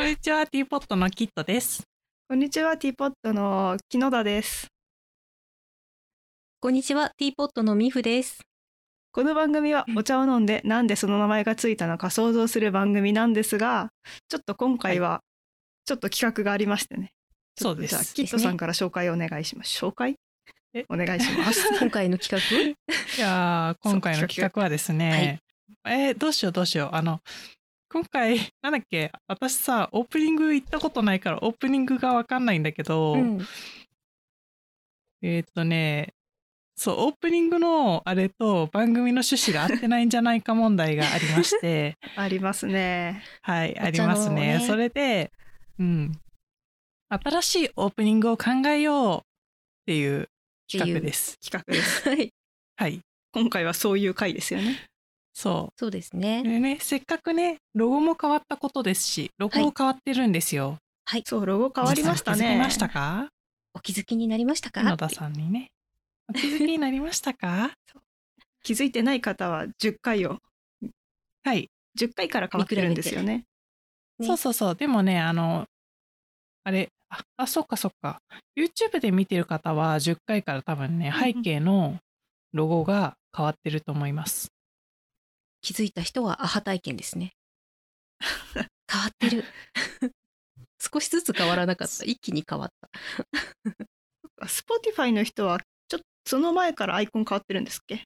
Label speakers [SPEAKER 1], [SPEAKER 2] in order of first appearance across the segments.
[SPEAKER 1] にちは、ティーポットのキットです。
[SPEAKER 2] こんにちは、ティーポットの木野田です。
[SPEAKER 3] こんにちは、ティーポットのミフ です。
[SPEAKER 2] この番組はお茶を飲んで、なんでその名前がついたのか想像する番組なんですが、ちょっと今回はちょっと企画がありましてね。ちょっと
[SPEAKER 1] そうです
[SPEAKER 2] じゃあ、キットさんから紹介お願いします。紹介
[SPEAKER 1] え
[SPEAKER 2] お願いします。
[SPEAKER 3] 今回の企画、
[SPEAKER 1] いやー今回の企画はですね、えーどうしようどうしよう。あの、今回、なんだっけ、私さ、オープニング行ったことないから、オープニングがわかんないんだけど、
[SPEAKER 3] うん、
[SPEAKER 1] えーっとね、そう、オープニングのあれと番組の趣旨が合ってないんじゃないか問題がありま して、
[SPEAKER 2] ありますね。
[SPEAKER 1] はい、あ
[SPEAKER 3] お
[SPEAKER 1] り
[SPEAKER 3] 茶の
[SPEAKER 1] ますね。
[SPEAKER 3] ね
[SPEAKER 1] それで、うん。新しいオープニングを考えようっていう企画です。
[SPEAKER 2] 企画です。
[SPEAKER 3] はい、
[SPEAKER 1] はい。
[SPEAKER 2] 今回はそういう回ですよね。
[SPEAKER 1] そ
[SPEAKER 3] そうです
[SPEAKER 1] う。
[SPEAKER 3] ね。
[SPEAKER 1] でね、せっかくね、ロゴも変わったことですし、ロゴも変わってるんですよ。
[SPEAKER 2] そう、ロゴ変わりました
[SPEAKER 1] 気づき
[SPEAKER 2] ね
[SPEAKER 1] ま。したか
[SPEAKER 3] お気づきになりましたか？
[SPEAKER 1] 野田さんに ね。お気づきになりましたか
[SPEAKER 2] 気づいてない方は10回を、
[SPEAKER 1] はい。
[SPEAKER 2] 10回から変わってるんですよね。
[SPEAKER 3] ね
[SPEAKER 1] そうそうそう。でもね、あの、あれ、あ、あそっかそっか。YouTube で見てる方は10回から多分ね、
[SPEAKER 2] うんう
[SPEAKER 1] 背
[SPEAKER 2] ん
[SPEAKER 1] 景のロゴが変わってると思います。
[SPEAKER 3] 気づいた人はアハ体験ですね。 変わってる。 少しずつ変わらなかった。一気に変わった。
[SPEAKER 2] Spotify の人は、ちょっとその前からアイコン変わってるんですっけ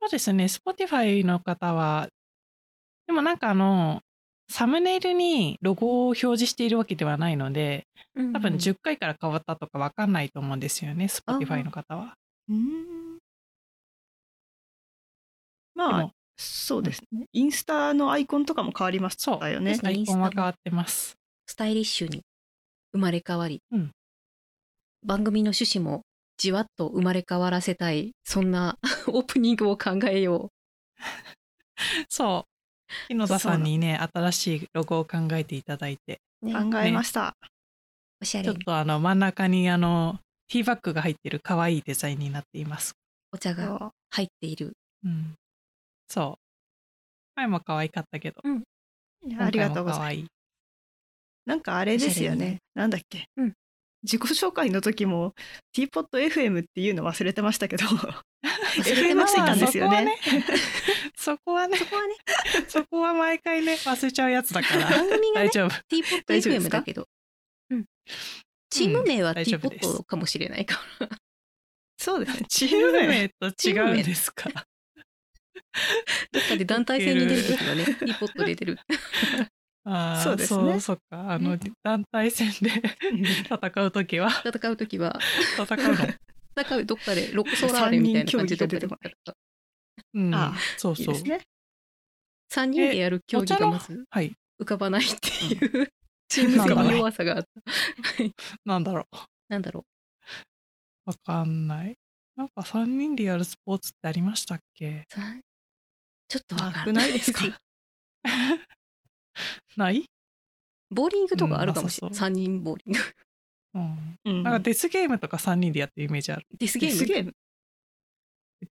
[SPEAKER 1] そうですね、Spotify の方は、でもなんかあの、サムネイルにロゴを表示しているわけではないので、多分10回から変わったとかわかんないと思うんですよね、Spotify の方は。
[SPEAKER 2] うん。
[SPEAKER 1] で
[SPEAKER 2] まあ
[SPEAKER 1] も、、
[SPEAKER 2] そうですね。インスタのアイコンとかも変わりまし
[SPEAKER 1] そう
[SPEAKER 2] たよ
[SPEAKER 1] ア
[SPEAKER 2] ね
[SPEAKER 3] です。ね
[SPEAKER 1] イコンは変わってます。
[SPEAKER 3] スタイリッシュに生まれ変わり、
[SPEAKER 1] うん
[SPEAKER 3] 番組の趣旨もじわっと生まれ変わらせたい。そんな オープニングを考えよう。
[SPEAKER 1] そう。木野田さんにね、新しいロゴを考えていただいて、
[SPEAKER 3] ね、
[SPEAKER 2] 考えました。
[SPEAKER 3] おしゃ
[SPEAKER 1] ち
[SPEAKER 3] れ
[SPEAKER 1] ょっとあの真ん中にあの、ティーバッグが入ってる可愛いデザインになっています。
[SPEAKER 3] お茶が
[SPEAKER 2] そう
[SPEAKER 3] 入っている。
[SPEAKER 1] うん。そう。前も可愛かったけど、
[SPEAKER 2] いやあ
[SPEAKER 1] 今
[SPEAKER 2] り
[SPEAKER 1] 回
[SPEAKER 2] がとう
[SPEAKER 1] も可
[SPEAKER 2] ございます。
[SPEAKER 1] 愛い。
[SPEAKER 2] なんかあれですよ
[SPEAKER 3] おしゃれに
[SPEAKER 2] ね
[SPEAKER 3] ね。
[SPEAKER 2] なんだっけ、
[SPEAKER 3] うん
[SPEAKER 2] 自己紹介の時も、ティーポット FM っていうの忘れてましたけど、
[SPEAKER 3] 忘れて
[SPEAKER 2] ま
[SPEAKER 3] ま
[SPEAKER 2] あ
[SPEAKER 3] し
[SPEAKER 2] ついたんですよね
[SPEAKER 1] そこ はね
[SPEAKER 3] そこはね、
[SPEAKER 1] そこは毎回ね忘れちゃうやつだから
[SPEAKER 3] 番組が
[SPEAKER 1] 大
[SPEAKER 3] ね、
[SPEAKER 1] 丈夫
[SPEAKER 3] ティーポット
[SPEAKER 2] 大丈夫です
[SPEAKER 3] FM
[SPEAKER 2] か
[SPEAKER 3] だけど。うん。チーム名はティー
[SPEAKER 1] 大丈
[SPEAKER 3] ポ
[SPEAKER 1] 夫
[SPEAKER 3] ッ
[SPEAKER 1] で
[SPEAKER 3] トかもしれないから。
[SPEAKER 2] そうですね。チ
[SPEAKER 1] チ
[SPEAKER 2] ー
[SPEAKER 1] ー
[SPEAKER 2] ム
[SPEAKER 1] ム
[SPEAKER 2] 名。
[SPEAKER 1] 名と違うんですか
[SPEAKER 3] どっかで団体戦に出るときはね、ティーポットで出る。
[SPEAKER 1] あー
[SPEAKER 2] そうですね
[SPEAKER 1] そうそっかあの、団体戦で 戦う時 は
[SPEAKER 3] 戦うときは、
[SPEAKER 1] 戦うの、
[SPEAKER 3] 戦うどっかでロックソーラーレみたいな感じでどっかで
[SPEAKER 1] うん、
[SPEAKER 2] あ
[SPEAKER 1] そう
[SPEAKER 2] いい
[SPEAKER 1] そう
[SPEAKER 2] ですね。
[SPEAKER 3] 3人でやる競技がまず
[SPEAKER 1] はい
[SPEAKER 3] 浮かばないっていう、チ
[SPEAKER 1] ム
[SPEAKER 3] ーム
[SPEAKER 1] 戦の
[SPEAKER 3] 戦の
[SPEAKER 1] 弱
[SPEAKER 3] 弱さがあった。
[SPEAKER 1] なんだろう
[SPEAKER 3] なんだろ
[SPEAKER 1] わかんないなんか3人でやるスポーツってありましたっけ
[SPEAKER 3] う。さちょっとわ
[SPEAKER 2] な
[SPEAKER 3] か
[SPEAKER 2] く
[SPEAKER 3] んな
[SPEAKER 2] ない
[SPEAKER 3] い
[SPEAKER 2] ですか
[SPEAKER 1] ない、
[SPEAKER 3] ボーリングとかあるかもしれ
[SPEAKER 1] うんない
[SPEAKER 3] な。
[SPEAKER 1] さそ
[SPEAKER 3] 3人ボーリング。
[SPEAKER 1] うん、
[SPEAKER 2] うん
[SPEAKER 1] なんかデスゲームとか3人でやってるイメージある
[SPEAKER 3] ディスゲ
[SPEAKER 2] デ
[SPEAKER 3] ー
[SPEAKER 2] ス
[SPEAKER 3] ム。
[SPEAKER 2] ゲーム。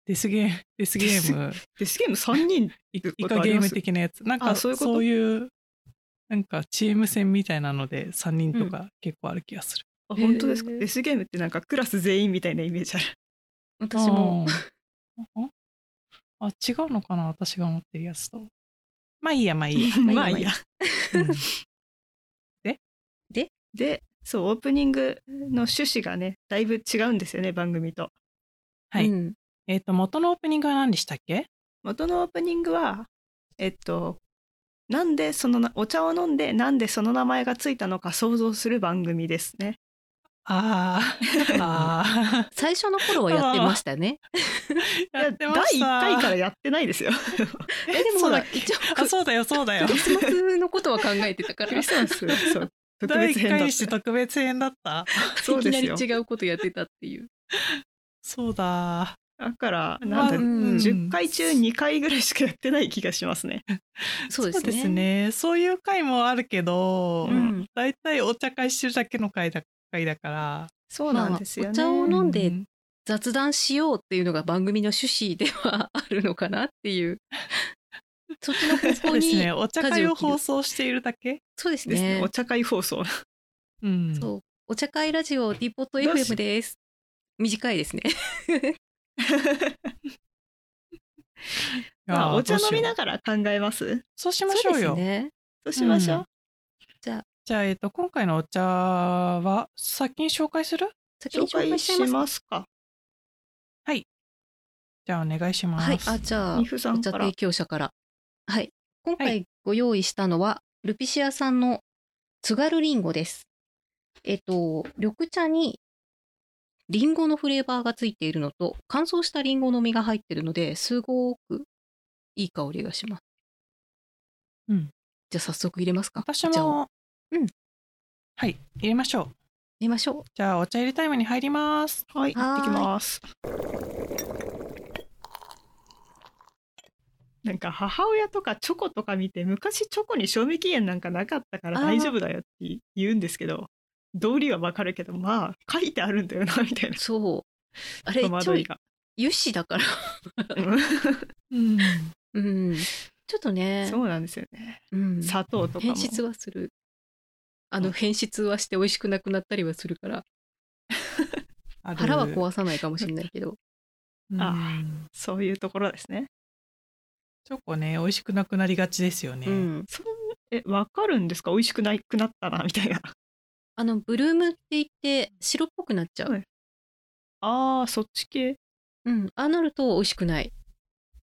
[SPEAKER 1] デスゲームデスゲーム
[SPEAKER 2] デスゲーム3人。
[SPEAKER 1] イ
[SPEAKER 2] て
[SPEAKER 1] イ
[SPEAKER 2] こと
[SPEAKER 1] カ
[SPEAKER 2] あ
[SPEAKER 1] ゲ
[SPEAKER 2] り
[SPEAKER 1] ー
[SPEAKER 2] ま
[SPEAKER 1] ム
[SPEAKER 2] す
[SPEAKER 1] 的なやつなんか
[SPEAKER 2] あ
[SPEAKER 1] そ
[SPEAKER 2] そうう
[SPEAKER 1] い
[SPEAKER 2] いううこと
[SPEAKER 1] なんかチーム戦みたいなので3人とか結構ある気がする、
[SPEAKER 2] あ
[SPEAKER 3] へー
[SPEAKER 2] 本当ですか。デスゲームってなんかクラス全員みたいなイメージある。
[SPEAKER 3] 私も。
[SPEAKER 1] あーあ違うのかな私が持ってるやつとまあいいやまあいい や、
[SPEAKER 2] まあ
[SPEAKER 3] まあ
[SPEAKER 2] い
[SPEAKER 3] い
[SPEAKER 2] い
[SPEAKER 3] い
[SPEAKER 2] や
[SPEAKER 3] や。
[SPEAKER 1] うん
[SPEAKER 2] で、そう、オープニングの趣旨がね、だいぶ違うんですよね、番組と。
[SPEAKER 1] はい
[SPEAKER 3] うん
[SPEAKER 1] えっと元のオープニングは何でしたっけ
[SPEAKER 2] 元のオープニングはえっとなんでそのなお茶を飲んでなんでその名前がついたのか想像する番組ですね。
[SPEAKER 1] あーあ
[SPEAKER 3] 最初の頃はやってましたね。
[SPEAKER 1] ーやって
[SPEAKER 2] いや
[SPEAKER 1] ま
[SPEAKER 2] 第
[SPEAKER 1] し
[SPEAKER 2] 一
[SPEAKER 1] た
[SPEAKER 2] 回からやってないですよ。
[SPEAKER 3] えで
[SPEAKER 1] そ
[SPEAKER 3] もほ
[SPEAKER 1] うだ
[SPEAKER 3] ら
[SPEAKER 1] っけ
[SPEAKER 3] 一応
[SPEAKER 1] あそうだよそうだよ
[SPEAKER 3] クリスマスのことは考えてたか
[SPEAKER 2] クリ
[SPEAKER 3] らい
[SPEAKER 2] スマスそう特
[SPEAKER 1] 第1
[SPEAKER 2] 別編
[SPEAKER 1] 回
[SPEAKER 2] だっ
[SPEAKER 1] にして
[SPEAKER 2] た。
[SPEAKER 1] 特別編だった
[SPEAKER 2] そう
[SPEAKER 3] き
[SPEAKER 2] で
[SPEAKER 3] な
[SPEAKER 2] す
[SPEAKER 3] り
[SPEAKER 2] よ。
[SPEAKER 3] 違うことやってたっていう
[SPEAKER 1] そうだ
[SPEAKER 2] だから
[SPEAKER 1] ま
[SPEAKER 2] な
[SPEAKER 1] あ
[SPEAKER 2] んだ、
[SPEAKER 3] うん
[SPEAKER 2] 10回中2回ぐらいしかやってない気がしますね。
[SPEAKER 3] そうですね
[SPEAKER 1] そうそういう回もあるけど、
[SPEAKER 3] うん
[SPEAKER 1] 大体お茶会してるだけの回だ回だから
[SPEAKER 2] そう
[SPEAKER 3] なんですよねまあお茶を飲んで雑談しようっていうのが番組の趣旨ではあるのかなっていうそっちの方
[SPEAKER 1] そう
[SPEAKER 3] 向
[SPEAKER 1] です
[SPEAKER 3] に
[SPEAKER 1] ね。お茶
[SPEAKER 3] 舵
[SPEAKER 1] 会
[SPEAKER 3] を
[SPEAKER 1] を
[SPEAKER 3] 切る
[SPEAKER 1] 放送しているだけ。
[SPEAKER 3] そうです
[SPEAKER 2] ですね。
[SPEAKER 3] ね
[SPEAKER 2] お。茶会放送。
[SPEAKER 1] うん。
[SPEAKER 3] そう。お茶会ラジオディポット FM です。短いですね。
[SPEAKER 1] いやー
[SPEAKER 2] まあお茶飲み
[SPEAKER 1] ど
[SPEAKER 2] な
[SPEAKER 1] うしよう
[SPEAKER 2] がら考えます。
[SPEAKER 1] そうしましょう
[SPEAKER 3] そ
[SPEAKER 1] よ。
[SPEAKER 3] ですね。
[SPEAKER 2] そうしましょう。
[SPEAKER 1] うん
[SPEAKER 3] じゃあ
[SPEAKER 1] じゃあ、えっ、と、今回のお茶は、先に紹介する
[SPEAKER 3] 先
[SPEAKER 2] 紹
[SPEAKER 3] に紹介
[SPEAKER 2] 介
[SPEAKER 3] しちゃ
[SPEAKER 2] し
[SPEAKER 3] います。
[SPEAKER 2] ますか。
[SPEAKER 1] じゃあ、お願いします。
[SPEAKER 3] はい。あ、じゃあ
[SPEAKER 2] ミ、フさ
[SPEAKER 3] お
[SPEAKER 2] ん
[SPEAKER 3] 茶
[SPEAKER 2] から
[SPEAKER 3] 提。供者から。はい。今
[SPEAKER 1] は
[SPEAKER 3] 回ご用意したのは、ルピシアさんの津軽りんごです。えっと、緑茶にりんごのフレーバーがついているのと、乾燥したりんごの実が入っているので、すごくいい香りがします。
[SPEAKER 1] うん。
[SPEAKER 3] じゃあ早速入れますか。
[SPEAKER 1] 私
[SPEAKER 3] お茶を。
[SPEAKER 1] も、
[SPEAKER 3] うん。
[SPEAKER 1] はい、入れましょう。
[SPEAKER 3] 入れましょう。
[SPEAKER 1] じゃあ、お茶入れタイムに入ります。
[SPEAKER 2] はい、
[SPEAKER 3] はー
[SPEAKER 2] 行っ
[SPEAKER 3] い
[SPEAKER 2] てきます。なんか母親とかチョコとか見て昔チョコに賞味期限なんかなかったから
[SPEAKER 3] あー
[SPEAKER 2] 大丈夫だよって言うんですけど道理はわかるけどまあ書いてあるんだよなみたいな
[SPEAKER 3] そう。あれ、
[SPEAKER 2] 戸
[SPEAKER 3] 一応
[SPEAKER 2] 惑いが。
[SPEAKER 3] 油脂だから。
[SPEAKER 1] うん。
[SPEAKER 3] うん。ちょっとね、
[SPEAKER 2] そうなんですよね。
[SPEAKER 3] うん、
[SPEAKER 2] 砂糖とかも
[SPEAKER 3] 変質はする。あの、変質はして美味しくなくなったりはするから、腹は
[SPEAKER 1] い。
[SPEAKER 3] 壊さないかもしれないけど。
[SPEAKER 1] うん
[SPEAKER 2] あそういうところですね。
[SPEAKER 1] チョコね、美味しくなくなりがちですよね。
[SPEAKER 3] うん。
[SPEAKER 2] そんえわかるんですか美味しくないくなったなみたいな。
[SPEAKER 3] あの、ブルームって言って、白っぽくなっちゃ
[SPEAKER 2] は
[SPEAKER 3] う
[SPEAKER 2] い。ああそっち系
[SPEAKER 3] うん。ああなると美味しくない。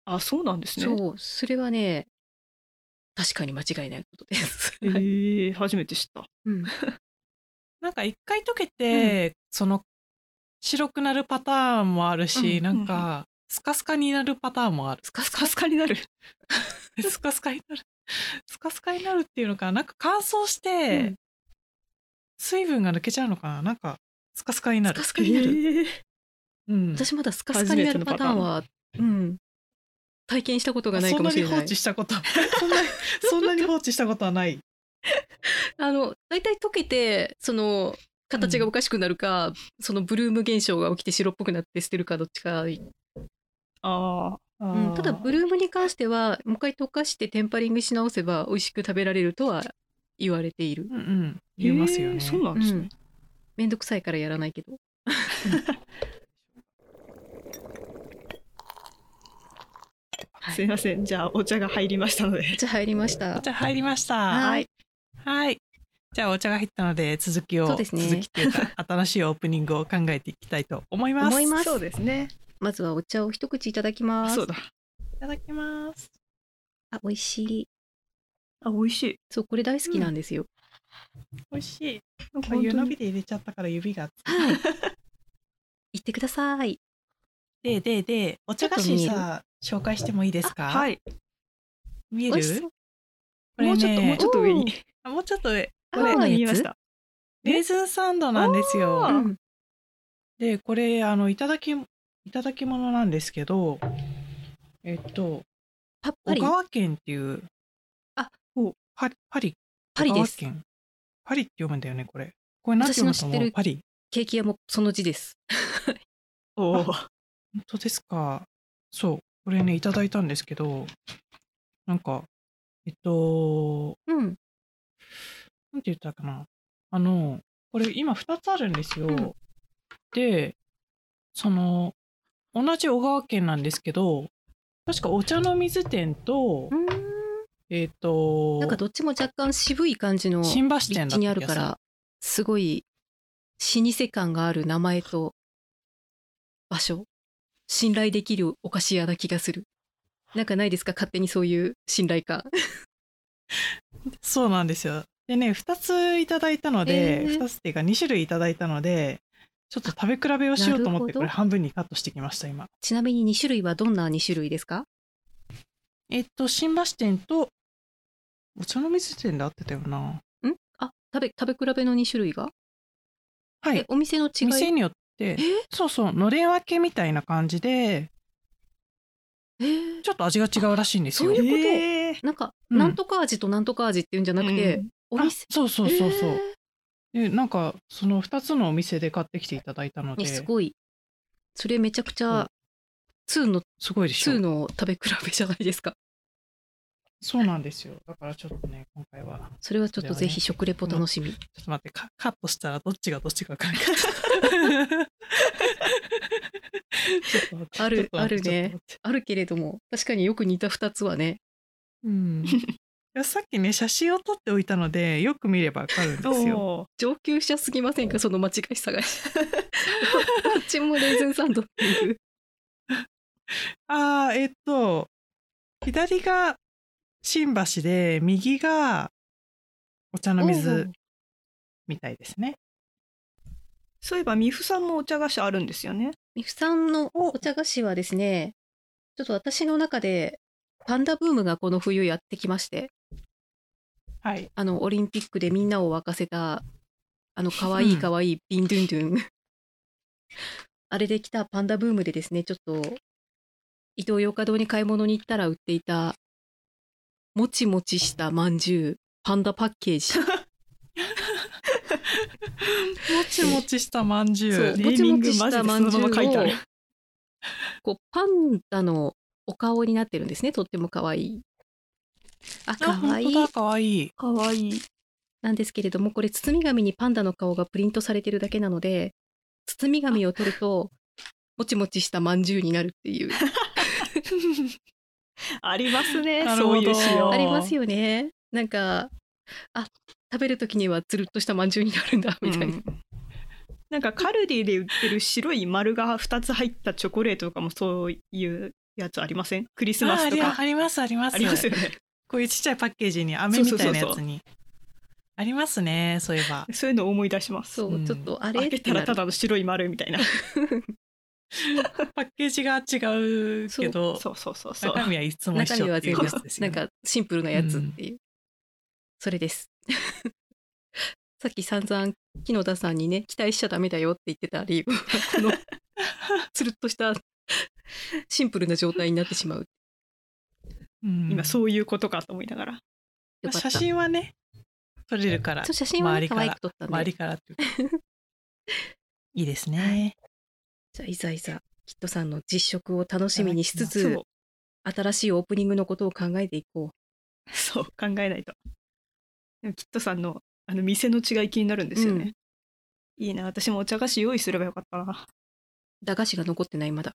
[SPEAKER 2] あそうなんですね。
[SPEAKER 3] そう。それはね、確かに間違いないことです。
[SPEAKER 2] え
[SPEAKER 3] はい
[SPEAKER 2] ー、初めて知った。
[SPEAKER 3] うん。
[SPEAKER 1] なんか一回溶けて、その白くなるパターンもあるし、
[SPEAKER 2] うん
[SPEAKER 1] なんかスカスカになるパターンもある。
[SPEAKER 3] スカス
[SPEAKER 2] ス
[SPEAKER 3] カ
[SPEAKER 2] カスカになる。
[SPEAKER 1] スカスカになる。スカスカになるっていうのかな。なんか乾燥して、
[SPEAKER 2] うん
[SPEAKER 1] 水分が抜けちゃうのかな。なんかスカスカにな
[SPEAKER 3] ス
[SPEAKER 1] る
[SPEAKER 3] カ。スカになる。
[SPEAKER 2] えー
[SPEAKER 1] うん。
[SPEAKER 3] 私まだスカスカになるパターンは、うん。体験したことがない
[SPEAKER 1] そ
[SPEAKER 3] か
[SPEAKER 1] ん
[SPEAKER 3] も
[SPEAKER 1] なに
[SPEAKER 3] しれ
[SPEAKER 1] 放
[SPEAKER 3] ない
[SPEAKER 1] 置。した こと、そんなにそんなに放置したことはない。
[SPEAKER 3] あの、大体溶けて、その、形がおかしくなるか、そのブルーム現象が起きて白っぽくなって捨てるかどっちか。うん
[SPEAKER 2] ああ、
[SPEAKER 3] ただ、ブルームに関しては、もう一回溶かしてテンパリングし直せば美味しく食べられるとは言われている。
[SPEAKER 1] うんうん。言いますよ
[SPEAKER 2] え
[SPEAKER 1] ね。
[SPEAKER 2] ーそうなん
[SPEAKER 3] う
[SPEAKER 2] ですね。
[SPEAKER 3] ん。めんどくさいからやらないけど。はい
[SPEAKER 2] すいません。じゃあお茶が入りましたので。
[SPEAKER 3] じゃあ入りました。
[SPEAKER 1] じゃあ入りました。
[SPEAKER 3] は
[SPEAKER 1] はいい。じゃあお茶が入ったので続きを、
[SPEAKER 3] そうです
[SPEAKER 1] 続
[SPEAKER 3] ね
[SPEAKER 1] きっていうか新しいオープニングを考えていきたいと思います。
[SPEAKER 3] 思います。
[SPEAKER 2] そうですね。
[SPEAKER 3] まずはお茶を一口いただきます。
[SPEAKER 2] そうだ。
[SPEAKER 1] いただきます。
[SPEAKER 3] あ、美味しい。
[SPEAKER 2] あ、美味しい。
[SPEAKER 3] そう、これ大好きなんですよ。
[SPEAKER 1] 美味しい。
[SPEAKER 2] なんか
[SPEAKER 1] あ湯
[SPEAKER 2] 本当
[SPEAKER 1] 伸
[SPEAKER 2] に
[SPEAKER 1] びで入れちゃったから指がつ
[SPEAKER 3] はい。行ってください。
[SPEAKER 1] でででお茶菓子さ紹介してもいいですか。。
[SPEAKER 2] あはいい。
[SPEAKER 1] 見え
[SPEAKER 3] 美味しそ
[SPEAKER 1] る
[SPEAKER 3] う。？
[SPEAKER 1] これね
[SPEAKER 2] もうちょっともうちょっと上に。
[SPEAKER 1] あもうちょっと上
[SPEAKER 3] これ
[SPEAKER 2] あ
[SPEAKER 3] のやつ
[SPEAKER 2] 言いました。
[SPEAKER 1] レーズンサンドなんです
[SPEAKER 2] あ
[SPEAKER 1] よ。
[SPEAKER 3] うん。
[SPEAKER 1] でこれあのいただきいただき物なんですけど、えっと
[SPEAKER 3] パパ
[SPEAKER 1] 小
[SPEAKER 3] リ。
[SPEAKER 1] 川県っていう
[SPEAKER 3] あ
[SPEAKER 1] おパリパリ
[SPEAKER 3] パリです
[SPEAKER 1] 小。川県パリって読むんだよねこれ。これ何て読むと思
[SPEAKER 3] 私の知って
[SPEAKER 1] う
[SPEAKER 3] る
[SPEAKER 1] パリ。
[SPEAKER 3] ケーキ屋もその字です。
[SPEAKER 2] おお。
[SPEAKER 1] 本当ですか。そうこれねいただいたんですけどなんかえっと
[SPEAKER 3] うん。
[SPEAKER 1] なんて言ったかな。あの、これ今2つあるんですよ。
[SPEAKER 3] うん
[SPEAKER 1] で、その、同じ小川県なんですけど、確かお茶の水店と、えっ、と、
[SPEAKER 3] なんかどっちも若干渋い感じの立
[SPEAKER 1] 新橋店だった
[SPEAKER 3] 地にあるか
[SPEAKER 1] 気が
[SPEAKER 3] ら、すごい老舗感がある名前と場所。信頼できるお菓子屋な気がする。なんかないですか勝手にそういう信頼感。
[SPEAKER 1] するそうなんですよ。でね、2ついただいたので、
[SPEAKER 3] えー
[SPEAKER 1] 2つっていうか2種類いただいたので、ちょっと食べ比べをしようと思っ
[SPEAKER 3] なるほ
[SPEAKER 1] て、
[SPEAKER 3] ど
[SPEAKER 1] これ半分にカットしてきました、今。
[SPEAKER 3] ちなみに2種類はどんな2種類ですか
[SPEAKER 1] えっと、新橋店と、お茶の水店で合ってたよな。
[SPEAKER 3] んあ、食べ、食べ比べの2種類が、
[SPEAKER 1] はい
[SPEAKER 3] え、。お店の違
[SPEAKER 1] 店
[SPEAKER 3] い。
[SPEAKER 1] によってそうそうのれん分けみたいな感じで
[SPEAKER 3] えー
[SPEAKER 1] ちょっと味が違うらしいんですよ。
[SPEAKER 3] あそういうこと
[SPEAKER 2] えー
[SPEAKER 3] なんか、
[SPEAKER 1] うん
[SPEAKER 3] なんとか味となんとか味っていうんじゃなくて、
[SPEAKER 2] うん
[SPEAKER 3] お店。
[SPEAKER 1] あそうそうそうそう。で
[SPEAKER 3] え
[SPEAKER 1] なんかその2つのお店で買ってきていただいたの
[SPEAKER 3] ーね
[SPEAKER 1] です
[SPEAKER 3] ごい。それめちゃくちゃ、2の
[SPEAKER 1] すごいでし
[SPEAKER 3] 2
[SPEAKER 1] ょ。
[SPEAKER 3] の食べ比べじゃないですか。
[SPEAKER 1] そうなんですよ。だからちょっとね、今回は。
[SPEAKER 3] それはちょっとぜひ食レポ楽しみ。
[SPEAKER 1] ちょっと待って、カカットしたらどっちがどっちか分かんなかった。ちょっと待って
[SPEAKER 3] ある
[SPEAKER 1] ちょっと待って
[SPEAKER 3] ある
[SPEAKER 1] ちょっと待っ
[SPEAKER 3] ね
[SPEAKER 1] て
[SPEAKER 3] あるけれども、確かによく似た2つはね。
[SPEAKER 1] うん。いやさっきね、写真を撮っておいたので、よく見れば分かるんですよ。
[SPEAKER 2] おー
[SPEAKER 3] 上級者すぎませんかその間違い探 し。どっちもレーズンサンドっていう。
[SPEAKER 1] ああ、えっと、左が新橋で、右がお茶の水みたいですね。
[SPEAKER 2] そういえば美芙さんもお茶菓子あるんですよね。
[SPEAKER 3] みふさんのお茶菓子はですね、ちょっと私の中でパンダブームがこの冬やってきまして、
[SPEAKER 1] はい。
[SPEAKER 3] あのオリンピックでみんなを沸かせた、あの可愛い可愛いビンドゥンドゥン。あれで来たパンダブームでですね、ちょっと伊東洋華堂に買い物に行ったら売っていた、もちもちしたまんじゅう、パンダパッケージ。
[SPEAKER 1] もちもちしたまんじゅ
[SPEAKER 3] そう
[SPEAKER 1] う。
[SPEAKER 2] ネーミングマジでそのまま書いてある
[SPEAKER 3] をこうパンダのお顔になってるんですねとっても可愛いあ
[SPEAKER 1] あ、
[SPEAKER 3] 可
[SPEAKER 1] 本
[SPEAKER 3] 愛い
[SPEAKER 1] 当だ、かわいい。
[SPEAKER 2] かわいい。
[SPEAKER 3] なんですけれどもこれ包み紙にパンダの顔がプリントされてるだけなので包み紙を取るともちもちしたまんじゅうになるっていう
[SPEAKER 2] ありますね
[SPEAKER 1] な。るほ
[SPEAKER 2] そう
[SPEAKER 1] ど
[SPEAKER 2] いう仕
[SPEAKER 1] ー
[SPEAKER 2] 様
[SPEAKER 3] あ。りますよねなんかあ食べる時にはつるっとしたまんじゅうになるんだみたいな、
[SPEAKER 2] うんなんかカルディで売ってる白い丸が2つ入ったチョコレートとかもそういうやつありませんクリスマ
[SPEAKER 1] あ
[SPEAKER 2] ス
[SPEAKER 1] あ
[SPEAKER 2] と
[SPEAKER 1] り
[SPEAKER 2] か
[SPEAKER 1] あります、あります。
[SPEAKER 2] ありますよね。
[SPEAKER 1] こういうちっちゃいパッケージに飴みたいなや
[SPEAKER 2] そうそう
[SPEAKER 1] つ
[SPEAKER 2] そ
[SPEAKER 1] に。ありますね、そういえ ば。
[SPEAKER 2] そういうのを思い出します。
[SPEAKER 3] そう、
[SPEAKER 1] うん
[SPEAKER 3] ちょっとあれ
[SPEAKER 2] 開けたらただの白い丸みたいな。
[SPEAKER 1] パッケージが違うけど、
[SPEAKER 2] そうそうそうそう。
[SPEAKER 1] 中身はいつも
[SPEAKER 3] 中
[SPEAKER 1] 一
[SPEAKER 3] 身
[SPEAKER 1] 緒
[SPEAKER 3] は
[SPEAKER 1] ってい
[SPEAKER 3] 全
[SPEAKER 1] う
[SPEAKER 3] 部
[SPEAKER 1] やつです
[SPEAKER 3] な
[SPEAKER 1] よ
[SPEAKER 3] ん
[SPEAKER 1] ね。
[SPEAKER 3] かシンプルなやつっていう、それです。 さっき散々木野田さんにね期待しちゃダメだよって言ってた理由はこ のつるっとしたシンプルな状態になってしまう。
[SPEAKER 1] うん
[SPEAKER 2] 今そういうことかと思いながら。
[SPEAKER 1] ま
[SPEAKER 3] よ
[SPEAKER 1] あ
[SPEAKER 3] かった
[SPEAKER 1] 写真はね、撮れるから
[SPEAKER 3] そう、写真は、
[SPEAKER 1] 周
[SPEAKER 3] ね、
[SPEAKER 1] りか
[SPEAKER 3] 可
[SPEAKER 1] ら
[SPEAKER 3] 愛く撮ったん
[SPEAKER 1] 周
[SPEAKER 3] で
[SPEAKER 1] りからっていう かいいですね。
[SPEAKER 3] じゃあいざいざキットさんの実食を楽しみにしつ
[SPEAKER 2] そ
[SPEAKER 3] つ
[SPEAKER 2] う
[SPEAKER 3] 新しいオープニングのことを考えていこ
[SPEAKER 2] そう考えないと。でもキットさんのあの店の違い気になるんですよね。いいな私もお茶菓子用意すればよかったな。
[SPEAKER 3] う駄菓子が残ってないまだ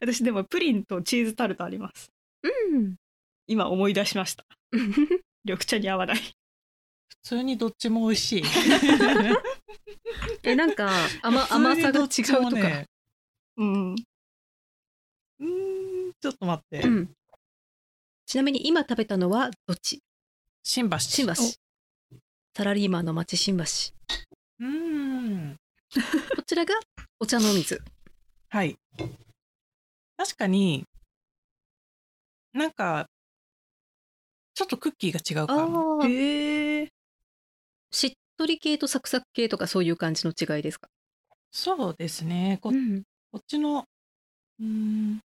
[SPEAKER 2] 私でもプリンとチーズタルトあります。
[SPEAKER 3] うん
[SPEAKER 2] 今思い出しました。緑茶に合わない。
[SPEAKER 1] 普通にどっちも美味 しい。
[SPEAKER 3] えなんか甘甘さが違う
[SPEAKER 1] 普通にどっ
[SPEAKER 3] と
[SPEAKER 1] ちも
[SPEAKER 3] か、
[SPEAKER 1] ね
[SPEAKER 2] うん。
[SPEAKER 1] うーん、ちょっと待って
[SPEAKER 3] う。んちなみに今食べたのはどっち
[SPEAKER 1] 新橋。
[SPEAKER 3] 新橋サラリーマンの町新橋
[SPEAKER 1] お。うーん。
[SPEAKER 3] こちらがお茶の水
[SPEAKER 1] はい。確かに、なんか、ちょっとクッキーが違うかも。
[SPEAKER 2] へえ。
[SPEAKER 3] しっとり系とサクサク系とかそういう感じの違いですか、
[SPEAKER 1] そうですね。ここっちの、うーん、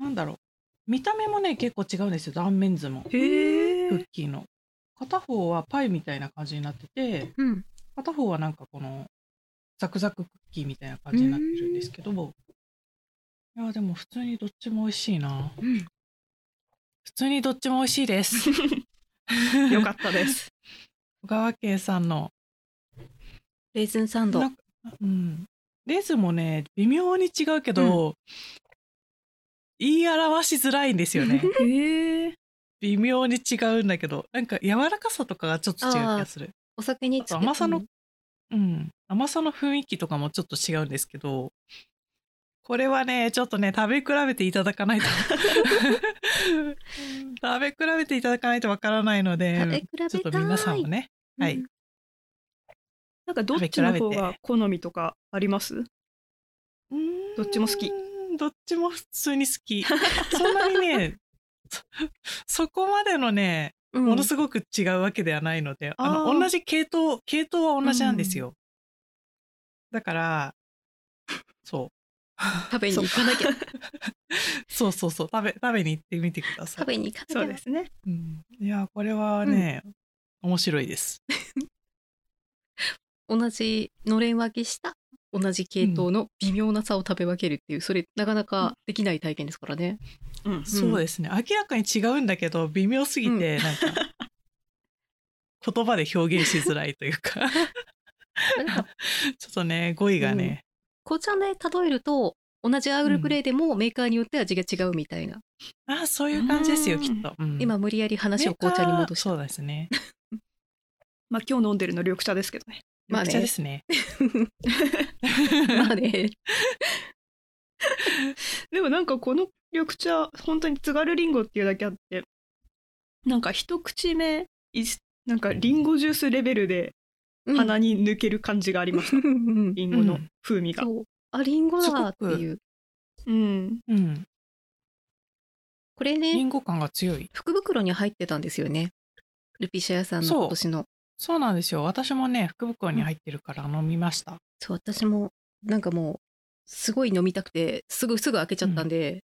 [SPEAKER 1] なんだろう。見た目もね、結構違うんですよ。断面図も。
[SPEAKER 2] へ
[SPEAKER 1] クッ。キーの。片方はパイみたいな感じになってて、
[SPEAKER 3] うん
[SPEAKER 1] 片方はなんかこの、ザクザククッキーみたいな感じになってるんですけど、いや、でも普通にどっちも美味しいな。
[SPEAKER 3] うん、
[SPEAKER 1] 普通にどっちも美味しいです。
[SPEAKER 2] よかったです。
[SPEAKER 1] 小川県産の。
[SPEAKER 3] レーズンサンド
[SPEAKER 1] なんかうん。レーズもね、微妙に違うけど、言い表しづらいんですよ ね。
[SPEAKER 2] へえ。
[SPEAKER 1] 微妙に違うんだけどなんか柔らかさとかがちょっと違う気がする
[SPEAKER 3] お酒に
[SPEAKER 1] あと甘さ
[SPEAKER 3] う
[SPEAKER 1] の
[SPEAKER 3] ん
[SPEAKER 1] うん甘さの雰囲気とかもちょっと違うんですけどこれはねちょっとね食べ比べていただかない と食べ比べていただかないとわからないので
[SPEAKER 3] 食べ比べたい
[SPEAKER 1] ちょっと皆さんもねはい
[SPEAKER 3] うん
[SPEAKER 2] なんかどっちの方
[SPEAKER 1] 食べ比べ
[SPEAKER 2] が好みとかあります？どっちも好き
[SPEAKER 1] うーんどっちも普通に好 きそんなにねそそこまでのね
[SPEAKER 3] うん
[SPEAKER 1] ものすごく違うわけではないので、あ
[SPEAKER 2] あー
[SPEAKER 1] の同じ系統系統は同じなんですよ、だからそう
[SPEAKER 3] 食べに行かなきゃ
[SPEAKER 1] そうそうそう食べ食べに行ってみてください
[SPEAKER 3] 食、べに行かなきゃ
[SPEAKER 2] そうですね。
[SPEAKER 1] うんいやこれはね、面白いです
[SPEAKER 3] 同じのれん分けした同じ系統の微妙な差を食べ分けるっていうそれなかなかできない体験ですからね。
[SPEAKER 2] うん
[SPEAKER 1] そうですね明らかに違うんだけど微妙すぎてなんか、言葉で表現しづらいというか
[SPEAKER 3] なんか
[SPEAKER 1] ちょっとね語彙がね、
[SPEAKER 3] 紅茶で例えると同じアールグレーでもメーカーによって味が違うみたいな、
[SPEAKER 1] あそういう感じですよ、
[SPEAKER 2] うん
[SPEAKER 1] きっと、うん
[SPEAKER 3] 今無理やり話を紅茶に戻し
[SPEAKER 1] メーカーそ
[SPEAKER 3] た
[SPEAKER 1] うですね
[SPEAKER 2] まあ今日飲んでるの緑茶ですけどね。
[SPEAKER 3] まあね
[SPEAKER 1] 緑茶ですね
[SPEAKER 3] まあね
[SPEAKER 2] でもなんかこの緑茶本当に津軽りんごっていうだけあってなんか一口目いなんかりんごジュースレベルで鼻
[SPEAKER 3] に
[SPEAKER 2] に抜ける感じがあります。 りんごの風味が。
[SPEAKER 3] そうあリンゴだっていう
[SPEAKER 2] うん。
[SPEAKER 1] うん
[SPEAKER 3] これ
[SPEAKER 1] り
[SPEAKER 3] ね
[SPEAKER 1] んご感が強い
[SPEAKER 3] 福袋に入ってたんですよねルピシア屋さんの
[SPEAKER 1] そう
[SPEAKER 3] 今年の
[SPEAKER 1] そうなんですよ私もね福袋に入ってるから飲みました、
[SPEAKER 3] そう私もなんかもうすごい飲みたくてすぐすぐ開けちゃったんで、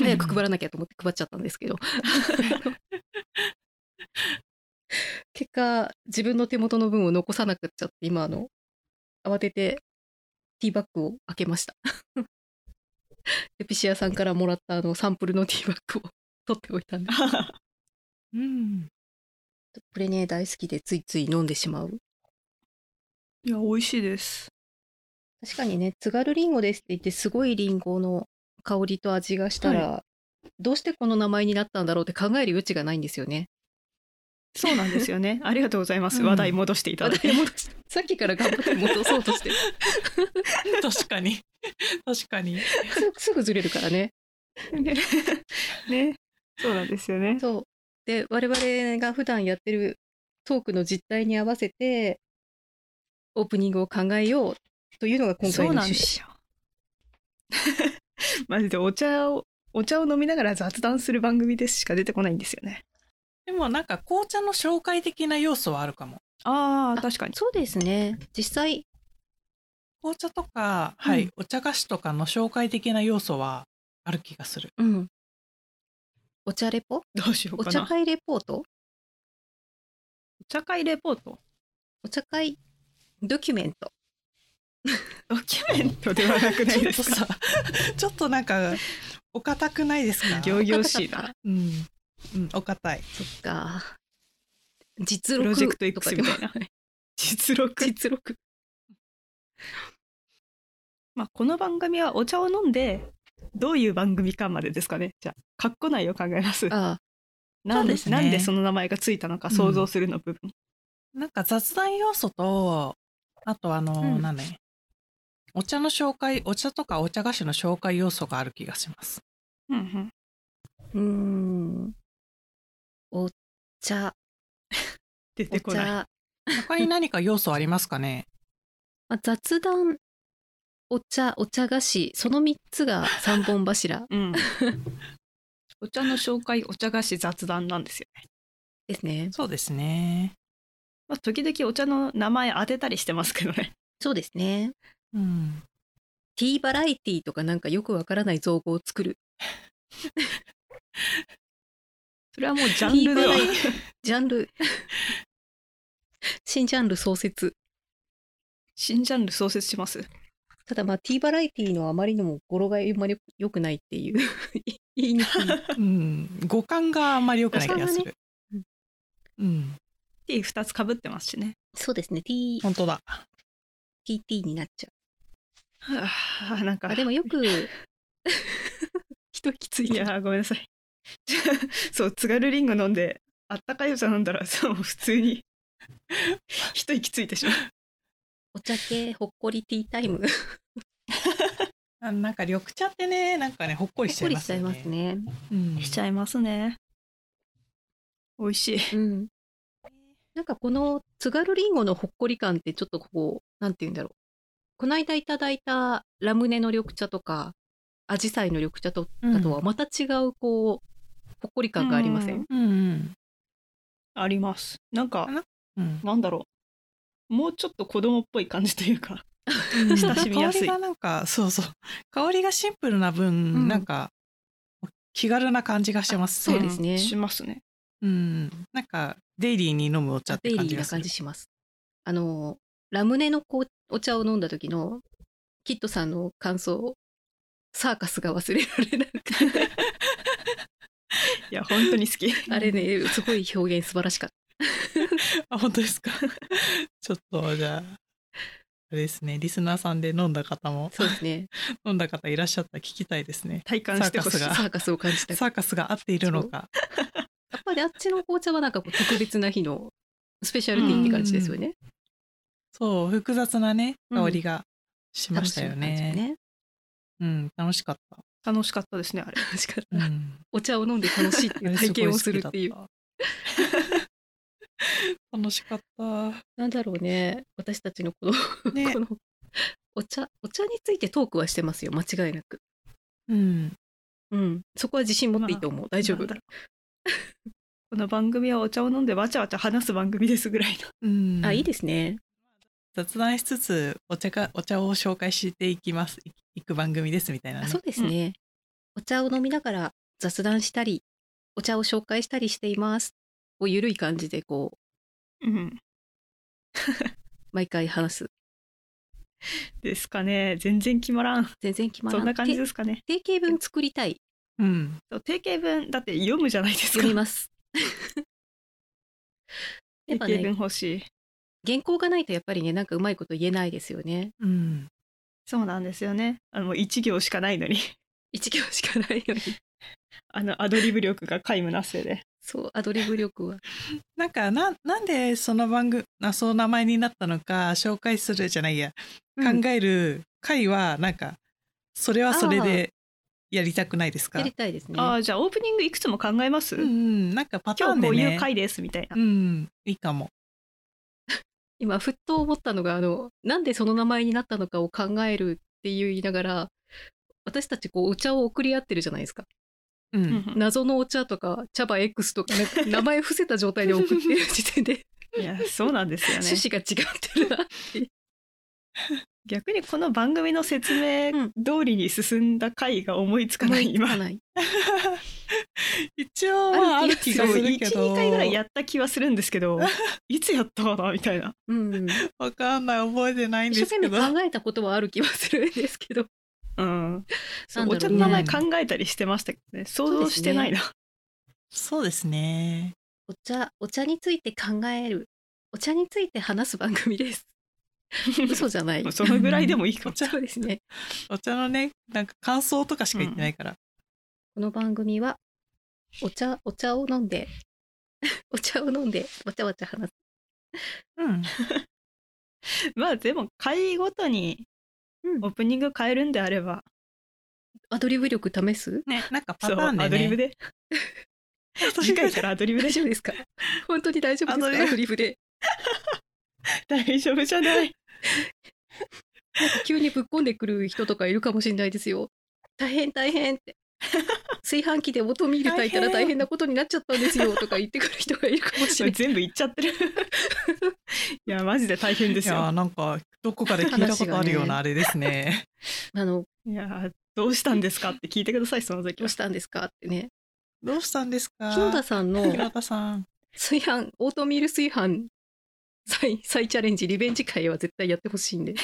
[SPEAKER 3] 早く配らなきゃと思って配っちゃったんですけど結果自分の手元の分を残さなくっちゃって今あの慌ててティーバッグを開けました ルピシアさんからもらったあのサンプルのティーバッグを取っておいたんで
[SPEAKER 1] うん、
[SPEAKER 3] これね大好きでついつい飲んでしまう
[SPEAKER 2] いや美味しいです。
[SPEAKER 3] 確かにね、津軽りんごですって言って、すごいりんごの香りと味がしたら、どうしてこの名前になったんだろうって考える余地がないんですよね。
[SPEAKER 2] そうなんですよ ね。ありがとうございます。
[SPEAKER 1] うん
[SPEAKER 2] 話題戻していただい
[SPEAKER 3] 話
[SPEAKER 2] て。
[SPEAKER 3] 題戻したさっきから頑張って戻そうと してる
[SPEAKER 1] 確かに確かに
[SPEAKER 3] すぐすぐずれるからね。
[SPEAKER 2] ね。ねそうなんですよね。
[SPEAKER 3] そう。で、我々が普段やってるトークの実態に合わせて、オープニングを考えようというのが今回の
[SPEAKER 2] そうなん
[SPEAKER 3] 趣
[SPEAKER 2] で
[SPEAKER 3] 旨。
[SPEAKER 2] すよ。 マジでお茶をお茶を飲みながら雑談する番組ですしか出てこないんですよね。
[SPEAKER 1] でもなんか紅茶の紹介的な要素はあるかも
[SPEAKER 2] あ
[SPEAKER 3] あ
[SPEAKER 2] 確かに。
[SPEAKER 3] そうですね。実際、
[SPEAKER 1] 紅茶とか、はいお茶菓子とかの紹介的な要素はある気がする
[SPEAKER 3] うん。お茶レポ
[SPEAKER 2] どうしよう
[SPEAKER 3] お
[SPEAKER 2] か
[SPEAKER 3] 茶
[SPEAKER 2] な。
[SPEAKER 3] 会レポート
[SPEAKER 2] お茶会レポート。
[SPEAKER 3] お茶会ドキュメント。
[SPEAKER 2] ドキュメントではなくない
[SPEAKER 1] ちょ
[SPEAKER 2] で
[SPEAKER 1] っと
[SPEAKER 2] すか。
[SPEAKER 1] さ ちょっとなんかお堅くないです か
[SPEAKER 2] 行々しいな。
[SPEAKER 1] うん、うん、お堅い
[SPEAKER 3] そっか。実
[SPEAKER 2] プ
[SPEAKER 3] 録
[SPEAKER 2] ロジェクト
[SPEAKER 3] とか
[SPEAKER 2] X
[SPEAKER 3] で
[SPEAKER 2] み
[SPEAKER 3] も
[SPEAKER 2] たいな。 実録。
[SPEAKER 3] 実録。
[SPEAKER 2] まあこの番組はお茶を飲んでどういう番組かまでですかね。じゃあかっこないを考えます。
[SPEAKER 3] ああ、
[SPEAKER 2] なん
[SPEAKER 1] そう
[SPEAKER 2] で
[SPEAKER 1] ですね
[SPEAKER 2] なんでその名前がついたのか想像するの部分。
[SPEAKER 1] なんか雑談要素とあとあの、
[SPEAKER 3] うん
[SPEAKER 1] なんだねお茶の紹介お茶とかお茶菓子の紹介要素がある気がします
[SPEAKER 2] うんうん
[SPEAKER 3] うーん。お茶、
[SPEAKER 2] 出て
[SPEAKER 3] お
[SPEAKER 2] こない。
[SPEAKER 3] 茶、
[SPEAKER 1] 他に何か要素ありますかね
[SPEAKER 3] あ雑談、お茶、お茶菓子、その3つが三本柱
[SPEAKER 2] うん。お茶の紹介、お茶菓子雑談なんですよね。
[SPEAKER 3] で すね。
[SPEAKER 1] そうですね
[SPEAKER 2] まあ時々お茶の名前当てたりしてますけどね。
[SPEAKER 3] そうですね。
[SPEAKER 1] うん
[SPEAKER 3] ティーバラエティとかなんかよくわからない造語を作る。
[SPEAKER 2] それはもうジャンルでは
[SPEAKER 3] ティーバラエティジャンル。 新ジャンル創設。
[SPEAKER 2] 新ジャンル創設します。
[SPEAKER 3] ただまあ、ティーバラエティのあまりにも語呂があまり良くないっていう 言 いにくい
[SPEAKER 1] うん、五感があんまり良くない気がする。
[SPEAKER 3] うん
[SPEAKER 1] うん、
[SPEAKER 2] T 二つかぶってますしね。
[SPEAKER 3] そうですね。T、
[SPEAKER 1] 本当だ。
[SPEAKER 3] TT になっちゃ
[SPEAKER 2] はあなん
[SPEAKER 3] う。
[SPEAKER 2] か
[SPEAKER 3] あでもよく、人きつい
[SPEAKER 2] いや
[SPEAKER 3] な。
[SPEAKER 2] ーごめんなさい そう津軽リンゴ飲んであったかいお茶飲んだらそう普通 に一息ついてしまう
[SPEAKER 3] お茶系 ほっこりティータイム。ほっ
[SPEAKER 1] あなんか緑茶ってね、なんかね、ほっこりしち
[SPEAKER 3] こ
[SPEAKER 1] ゃい
[SPEAKER 3] り
[SPEAKER 1] ま
[SPEAKER 3] し
[SPEAKER 1] す
[SPEAKER 3] ちゃい
[SPEAKER 1] よ
[SPEAKER 3] ま
[SPEAKER 1] ね
[SPEAKER 3] す。ね。
[SPEAKER 1] うん
[SPEAKER 2] しちゃいますね美味しい
[SPEAKER 3] うん。なんかこの津軽りんごのほっこり感ってちょっとこう、なんて言うんだろう。この間いただいたラムネの緑茶とか、アジサイの緑茶とかとはまた違うこう、ほっこり感がありません、
[SPEAKER 2] う
[SPEAKER 1] うんうん
[SPEAKER 2] ありますなんか
[SPEAKER 1] うん。
[SPEAKER 2] なんだろうもうちょっと子供っぽい感じというか
[SPEAKER 1] うん
[SPEAKER 2] 親しみやすい
[SPEAKER 1] 香りがなんか、そうそう。香りがシンプルな分、
[SPEAKER 3] ん
[SPEAKER 1] なんか、気軽な感じがします
[SPEAKER 3] そう
[SPEAKER 1] ね。
[SPEAKER 3] ですね
[SPEAKER 2] しますね
[SPEAKER 1] うん。なんか、デイリーに飲むお茶っ
[SPEAKER 3] デ
[SPEAKER 1] て
[SPEAKER 3] イ
[SPEAKER 1] 感
[SPEAKER 3] リ
[SPEAKER 1] じ
[SPEAKER 3] ー
[SPEAKER 1] が
[SPEAKER 3] な
[SPEAKER 1] する
[SPEAKER 3] 感じ。します。あの、ラムネのこうお茶を飲んだ時の、キットさんの感想、サーカスが忘れられなくて、
[SPEAKER 2] いや本当に好き
[SPEAKER 3] あれね、すごい表現素晴らしかった。
[SPEAKER 1] あ、本当ですか。ちょっと、じゃあ、あれですね、リスナーさんで飲んだ方も、
[SPEAKER 3] そうです ね。
[SPEAKER 1] 飲んだ方いらっしゃったら聞きたいですね。
[SPEAKER 2] 体感してほしい
[SPEAKER 1] サーカスが
[SPEAKER 3] サーカスを感じた。や
[SPEAKER 1] サーカスが合っているのか。
[SPEAKER 3] っぱりあっちの紅茶はなんかこう特別な日のスペシャルティーって感じですよね。
[SPEAKER 1] そう、複雑なね、
[SPEAKER 3] うん
[SPEAKER 1] 香りがしましたよ
[SPEAKER 3] 楽しい感じ
[SPEAKER 1] ね。
[SPEAKER 3] よね。
[SPEAKER 1] うん、楽しかった。
[SPEAKER 2] 楽しかったですねあれ
[SPEAKER 3] 楽しかっ
[SPEAKER 1] う
[SPEAKER 3] た。
[SPEAKER 1] ん、
[SPEAKER 3] お茶を飲んで楽しいっていう 体験をするっていう。
[SPEAKER 1] あれすごい好きだった。 楽しかった。
[SPEAKER 3] なんだろうね。私たちのこの
[SPEAKER 1] ね
[SPEAKER 3] このお茶お茶についてトークはしてますよ。間違いなく。
[SPEAKER 1] うん、
[SPEAKER 3] うん。そこは自信持っていいと思う。大丈夫。
[SPEAKER 2] なんだろ うこの番組はお茶を飲んでわちゃわちゃ話す番組ですぐらいの
[SPEAKER 1] うん、
[SPEAKER 3] あいいですね。
[SPEAKER 1] 雑談しつつお茶がお茶を紹介していきますいいく番組ですみたいな、ね、
[SPEAKER 3] あそうですね、お茶を飲みながら雑談したりお茶を紹介したりしていますこうゆるい感じでこう
[SPEAKER 2] うん
[SPEAKER 3] 毎回話す
[SPEAKER 2] ですかね全然決まらん
[SPEAKER 3] 全然決まら
[SPEAKER 2] そんな感じですすかね
[SPEAKER 3] 定型文作りたい
[SPEAKER 1] うん、
[SPEAKER 2] そう定型文だって読むじゃないですか
[SPEAKER 3] 読みます
[SPEAKER 2] 定
[SPEAKER 3] やっぱ
[SPEAKER 2] 型文
[SPEAKER 3] ね
[SPEAKER 2] 欲しい
[SPEAKER 3] 原稿がないとやっぱりねなんかうまいこと言えないですよね
[SPEAKER 1] うん、
[SPEAKER 2] そうなんですよねあのもう一行しかないのに
[SPEAKER 3] 一行しかないのに
[SPEAKER 2] あのアドリブ力が皆無なせいで
[SPEAKER 3] そうアドリブ力は
[SPEAKER 1] なんかななんでその番組あそう名前になったのか紹介するじゃないや、
[SPEAKER 2] うん
[SPEAKER 1] 考える回はなんかそれはそれでやりたくないですか
[SPEAKER 3] やりたいですね
[SPEAKER 2] ああじゃあオープニングいくつも考えます、
[SPEAKER 1] うんうん、なんかパター
[SPEAKER 2] 今
[SPEAKER 1] ン
[SPEAKER 2] 日
[SPEAKER 1] で
[SPEAKER 2] こう
[SPEAKER 1] ね
[SPEAKER 2] いう回ですみたいな、
[SPEAKER 1] うんいいかも
[SPEAKER 3] 今ふっと思ったのがあのなんでその名前になったのかを考えるっていう言いながら私たちこうお茶を送り合ってるじゃないですか
[SPEAKER 1] うん、
[SPEAKER 2] うん
[SPEAKER 3] 謎のお茶とか茶葉 X とかなん か名前伏せた状態で送ってる時点で
[SPEAKER 2] いやそうなんです よね
[SPEAKER 3] 趣旨が違ってるな
[SPEAKER 2] 逆にこの番組の説明
[SPEAKER 3] うん
[SPEAKER 2] 通りに進んだ回が思いつかない、今
[SPEAKER 3] かない
[SPEAKER 1] 一応まあ
[SPEAKER 3] あ
[SPEAKER 1] あ
[SPEAKER 3] る
[SPEAKER 1] る
[SPEAKER 3] 気
[SPEAKER 1] 気
[SPEAKER 3] が
[SPEAKER 1] が
[SPEAKER 3] す
[SPEAKER 1] す
[SPEAKER 3] る
[SPEAKER 1] るけど
[SPEAKER 2] 12回ぐらいやった気はするんですけどいつやったかなみたいな
[SPEAKER 3] うん
[SPEAKER 1] わかんない覚えてないん
[SPEAKER 3] 一
[SPEAKER 1] で
[SPEAKER 3] 生
[SPEAKER 1] す
[SPEAKER 3] 懸
[SPEAKER 1] け
[SPEAKER 3] 命
[SPEAKER 1] ど
[SPEAKER 3] 考えたことはある気はするんですけど
[SPEAKER 2] うんそう
[SPEAKER 3] なん
[SPEAKER 2] お
[SPEAKER 3] だ
[SPEAKER 2] 茶
[SPEAKER 3] ろう
[SPEAKER 2] の
[SPEAKER 3] ね
[SPEAKER 2] 名前考えたりしてましたけどね想像してないな、
[SPEAKER 1] そうですね
[SPEAKER 3] お茶お茶について考えるお茶について話す番組です 嘘じゃない
[SPEAKER 2] そのぐらいでもいい
[SPEAKER 1] お
[SPEAKER 2] かも
[SPEAKER 1] 茶
[SPEAKER 3] そうですね
[SPEAKER 1] お茶のねなんか感想とかしか言ってないから、
[SPEAKER 3] この番組はお茶お茶を飲んで お茶を飲んでわちゃわちゃ話す
[SPEAKER 1] うん、
[SPEAKER 2] まあでも回ごとに
[SPEAKER 3] うん
[SPEAKER 2] オープニング変えるんであれば、
[SPEAKER 3] アドリブ力試す
[SPEAKER 1] ねなんかパ
[SPEAKER 2] そ
[SPEAKER 1] タ
[SPEAKER 2] う
[SPEAKER 1] ーンでね
[SPEAKER 2] アドリブで次回からアドリブで
[SPEAKER 3] 大丈夫ですか本当に大丈夫です
[SPEAKER 1] アドリ
[SPEAKER 3] か
[SPEAKER 1] ブ
[SPEAKER 3] アドリブで
[SPEAKER 2] 大丈夫じゃない
[SPEAKER 3] 急にぶっこんでくる人とかいるかもしれないですよ大変大変って 炊飯器でオートミール炊いたら
[SPEAKER 1] 大変
[SPEAKER 3] 大変なことになっちゃったんですよとか言ってくる人がいるかもしれない
[SPEAKER 2] 全部言っちゃってるいやマジで大変で
[SPEAKER 1] い
[SPEAKER 2] す
[SPEAKER 1] や
[SPEAKER 2] よ
[SPEAKER 1] なんかどこかで聞いたことあるようなあれですね。
[SPEAKER 3] あの
[SPEAKER 2] いやどうしたんですかって聞いてくださいその時
[SPEAKER 3] どう
[SPEAKER 2] は
[SPEAKER 3] したんですかってね
[SPEAKER 1] どうしたんですか。
[SPEAKER 3] 篠田さんの
[SPEAKER 1] 広田さん。
[SPEAKER 3] 炊飯オートミール炊飯再再チャレンジリベンジ会は絶対やってほしいんで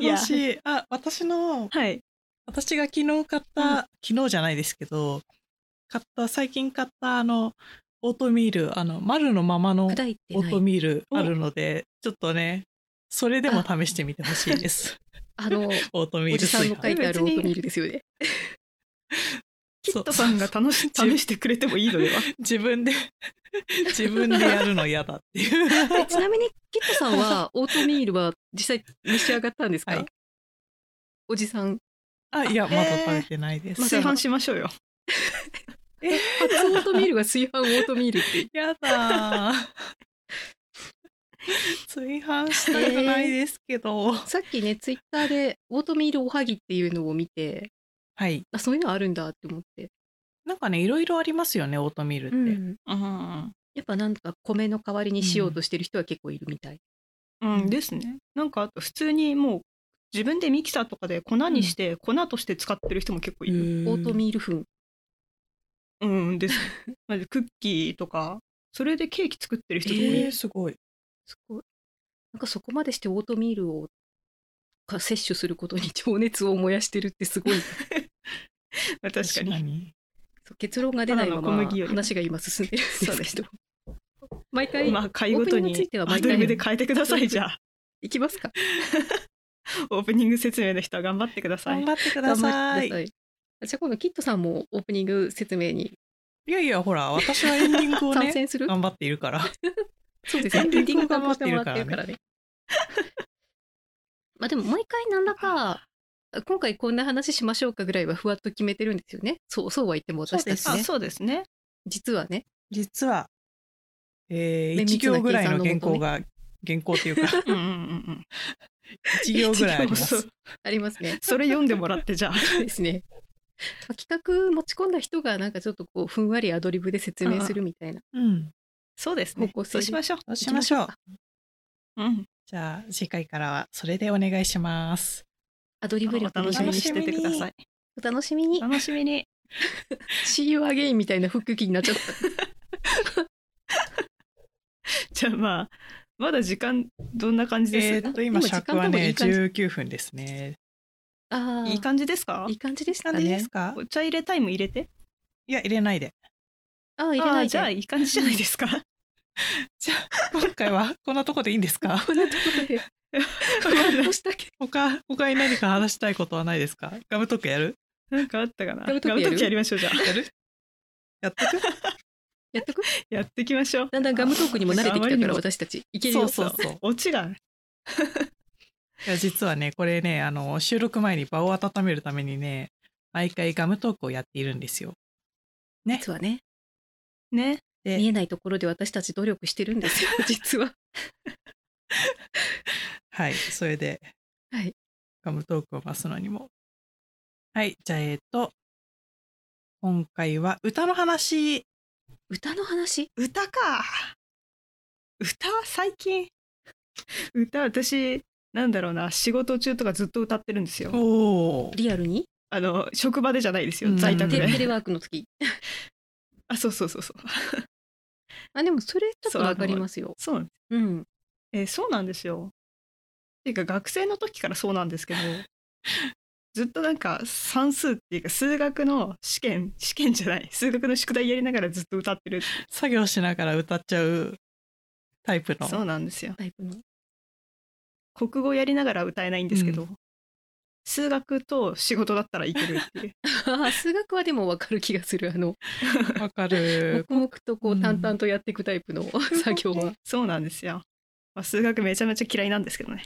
[SPEAKER 2] いや
[SPEAKER 1] もしあ私の
[SPEAKER 2] はい
[SPEAKER 1] 私が昨日買った、
[SPEAKER 2] うん
[SPEAKER 1] 昨日じゃないですけど買った最近買ったあのオートミールあの丸のままのオ
[SPEAKER 3] 砕いてな
[SPEAKER 1] ート
[SPEAKER 3] い
[SPEAKER 1] ミールあるのでちょっとねそれでも試してみてほしいです。
[SPEAKER 3] あの
[SPEAKER 1] オートミー
[SPEAKER 3] お
[SPEAKER 1] ル
[SPEAKER 3] じさ
[SPEAKER 1] 炊
[SPEAKER 3] んの書い
[SPEAKER 1] 飯。
[SPEAKER 3] てあるオートミールですよね
[SPEAKER 2] キットさんが楽し
[SPEAKER 1] そう
[SPEAKER 2] 試してくれてもいいのでは
[SPEAKER 1] 自分で自分でやるの嫌だっていう。
[SPEAKER 3] えちなみにキットさんは オートミールは実際召し上がったんですか、
[SPEAKER 1] はい
[SPEAKER 3] おじさん
[SPEAKER 1] あいやまだ
[SPEAKER 2] えー
[SPEAKER 1] 食べてないです。
[SPEAKER 2] 炊飯しましょうよ
[SPEAKER 3] 初オートミールが炊飯オートミールって
[SPEAKER 1] やだー。炊飯したくないですけど。
[SPEAKER 3] さっきねツイッターでオートミールおはぎっていうのを見て
[SPEAKER 1] はい。
[SPEAKER 3] あそういうのあるんだって思って、
[SPEAKER 1] なんかね、いろいろありますよね、オートミールって。
[SPEAKER 2] うん、
[SPEAKER 3] やっぱなんか米の代わりにしようとしてる人は結構いるみたい、
[SPEAKER 2] うん、ですねなんかあと普通にもう自分でミキサーとかで粉にして粉として使ってる人も結構いる、
[SPEAKER 3] オートミール粉
[SPEAKER 2] うん、 ですねまずクッキーとかそれでケーキ作ってる人とかもい
[SPEAKER 1] え
[SPEAKER 2] る
[SPEAKER 1] ー、すごい。
[SPEAKER 3] すごいなんかそこまでしてオートミールをか摂取することに情熱を燃やしてるってすごい
[SPEAKER 2] まあ確かに。
[SPEAKER 1] に。
[SPEAKER 3] そう結論が出ないま
[SPEAKER 2] ただの
[SPEAKER 3] ま
[SPEAKER 2] 小麦より
[SPEAKER 3] 話が今進んでるん
[SPEAKER 2] そう
[SPEAKER 3] で
[SPEAKER 2] ですす
[SPEAKER 3] けど毎回
[SPEAKER 2] まあ回ごと
[SPEAKER 3] オープニングについ
[SPEAKER 2] に
[SPEAKER 3] ては
[SPEAKER 2] ア
[SPEAKER 3] 毎
[SPEAKER 2] ド
[SPEAKER 3] 回
[SPEAKER 2] リブで変えてくださいじゃあ。
[SPEAKER 3] いきますか
[SPEAKER 2] オープニング説明の人は頑張ってくださ
[SPEAKER 1] 頑
[SPEAKER 2] い。
[SPEAKER 1] 張ってください。
[SPEAKER 3] いじゃあ今度キットさんもオープニング説明に
[SPEAKER 1] いやいや、ほら、私はエンディングを
[SPEAKER 3] 参
[SPEAKER 1] ね、
[SPEAKER 3] 戦する
[SPEAKER 1] 頑張っているから。
[SPEAKER 3] そうですね。
[SPEAKER 1] エ
[SPEAKER 3] エン
[SPEAKER 1] ン
[SPEAKER 3] デ
[SPEAKER 1] デ
[SPEAKER 3] ィ
[SPEAKER 1] ィ
[SPEAKER 3] ン
[SPEAKER 1] ン
[SPEAKER 3] グ
[SPEAKER 1] グ
[SPEAKER 3] も
[SPEAKER 1] も頑張
[SPEAKER 3] 頑張っ
[SPEAKER 1] ってて
[SPEAKER 3] も
[SPEAKER 1] る
[SPEAKER 3] ら
[SPEAKER 1] か
[SPEAKER 3] っ
[SPEAKER 1] ら
[SPEAKER 3] て
[SPEAKER 1] ね
[SPEAKER 3] るからね。 まあでも毎回なんだか、今回こんな話しましょうかぐらいはふわっと決めてるんですよね。そう、そうは言っても私たち
[SPEAKER 2] あ
[SPEAKER 3] ね。
[SPEAKER 2] そうです ね。
[SPEAKER 3] 実はね。
[SPEAKER 1] 実は、えー、
[SPEAKER 3] 綿
[SPEAKER 1] 1
[SPEAKER 3] 密な
[SPEAKER 1] 行ぐらい
[SPEAKER 3] 計算
[SPEAKER 1] の
[SPEAKER 3] の
[SPEAKER 1] 原
[SPEAKER 3] もとね
[SPEAKER 1] 稿が、原稿っていう か、
[SPEAKER 2] うんうんうんうん。
[SPEAKER 1] 1行ぐらいありま
[SPEAKER 2] 一行そ
[SPEAKER 1] す
[SPEAKER 2] う。
[SPEAKER 3] ありますね。
[SPEAKER 2] それ読んでもらってじゃあ。
[SPEAKER 3] そう ですね。まあ企画持ち込んだ人がなんかちょっとこう、ふんわりアドリブで説明するみたいな。
[SPEAKER 1] うん。
[SPEAKER 2] そうです
[SPEAKER 3] ね
[SPEAKER 2] ね。そうしましょう。
[SPEAKER 1] そうしましょう。
[SPEAKER 2] うん。
[SPEAKER 1] じゃあ、次回からは、それでお願いします。
[SPEAKER 3] アドリブ
[SPEAKER 2] お
[SPEAKER 3] 力
[SPEAKER 2] 楽しみにしててください。
[SPEAKER 3] お楽しみに。
[SPEAKER 2] 楽しみに。
[SPEAKER 3] See you again みたいな復帰になっちゃった。
[SPEAKER 2] じゃあまあまだ時間どんな感じ
[SPEAKER 1] え
[SPEAKER 2] です
[SPEAKER 1] ーっ
[SPEAKER 2] か。
[SPEAKER 1] と、今、
[SPEAKER 3] でも時間
[SPEAKER 1] 尺は
[SPEAKER 3] 多分い
[SPEAKER 1] ね
[SPEAKER 3] い、感じ
[SPEAKER 1] 19分ですね。
[SPEAKER 3] ああ、
[SPEAKER 2] いい感じですか
[SPEAKER 3] い。い感じでし
[SPEAKER 1] いい
[SPEAKER 3] た
[SPEAKER 1] 感じで
[SPEAKER 3] ね
[SPEAKER 1] す。か
[SPEAKER 2] お茶入れタイム入れて。
[SPEAKER 1] いや、入れないで。
[SPEAKER 3] ああ、入れな
[SPEAKER 2] あー
[SPEAKER 3] い
[SPEAKER 2] じ
[SPEAKER 3] で。
[SPEAKER 2] ゃあいい感じじゃないですか。ま
[SPEAKER 1] じゃあ、今回は、こんなとこでいいんですか
[SPEAKER 3] こんなところで。どうしたっけ
[SPEAKER 1] 他、他に何か話したいことはないですかガムトークやる
[SPEAKER 2] あ なんかあったかな。
[SPEAKER 3] ガ
[SPEAKER 2] ガ
[SPEAKER 3] ム
[SPEAKER 2] ム
[SPEAKER 3] ト
[SPEAKER 2] ト
[SPEAKER 3] ークやる
[SPEAKER 2] ークやりましょうじゃあ。
[SPEAKER 1] やるやってく
[SPEAKER 3] やっとく
[SPEAKER 2] やっていきましょう。
[SPEAKER 3] だんだんガムトークにも慣れてき
[SPEAKER 2] あま
[SPEAKER 3] た
[SPEAKER 2] り
[SPEAKER 3] か
[SPEAKER 2] に
[SPEAKER 3] ら
[SPEAKER 2] も
[SPEAKER 3] 私 たちいける
[SPEAKER 1] そ
[SPEAKER 3] よ
[SPEAKER 1] うそうそう。
[SPEAKER 2] オチが
[SPEAKER 1] いや実はねこれねあの収録前に場を温めるためにね毎回ガムトークをやっているんですよ。ね。
[SPEAKER 3] 実はね
[SPEAKER 2] ね。
[SPEAKER 1] え
[SPEAKER 3] 見えないところで私たち努力してるんですよ実は
[SPEAKER 1] はいそれで、
[SPEAKER 3] はい
[SPEAKER 1] ガムトークを増すのにも。はいじゃあえっ、と今回は歌の話
[SPEAKER 3] 歌の話
[SPEAKER 2] 歌か歌は最近歌私なんだろうな仕事中とかずっと歌ってるんですよ
[SPEAKER 1] おー
[SPEAKER 3] リアルに
[SPEAKER 2] あの職場でじゃないです
[SPEAKER 1] う
[SPEAKER 2] よ
[SPEAKER 1] ん
[SPEAKER 2] 在
[SPEAKER 3] テ
[SPEAKER 2] 宅
[SPEAKER 1] う
[SPEAKER 3] レ
[SPEAKER 1] ん
[SPEAKER 3] テ
[SPEAKER 2] で
[SPEAKER 3] レワークの時
[SPEAKER 2] あそうそうそうそう
[SPEAKER 3] あでもそれちょっと
[SPEAKER 2] そう
[SPEAKER 3] わかりますよ
[SPEAKER 2] そうなんです
[SPEAKER 3] うん
[SPEAKER 2] えーそうなんですよっていうか学生の時からそうなんです けどずっとなんか算数っていうか数学の試験試験じゃない数学の宿題やりながらずっと歌ってる
[SPEAKER 1] 作業しながら歌っちゃうタイプの
[SPEAKER 2] そうなんですよ
[SPEAKER 3] タイプの
[SPEAKER 2] 国語やりながら歌えないんですけど、
[SPEAKER 1] う
[SPEAKER 2] 数学と仕事だったらいけるっていう
[SPEAKER 3] あー数学はでもわかる気がするあの
[SPEAKER 1] わか る。
[SPEAKER 3] 黙々とこ
[SPEAKER 1] う
[SPEAKER 3] うん淡々とやっていくタイプ の 作業は
[SPEAKER 2] そうなんですよ。まあ、数学めちゃめちゃ嫌いなんですけどね。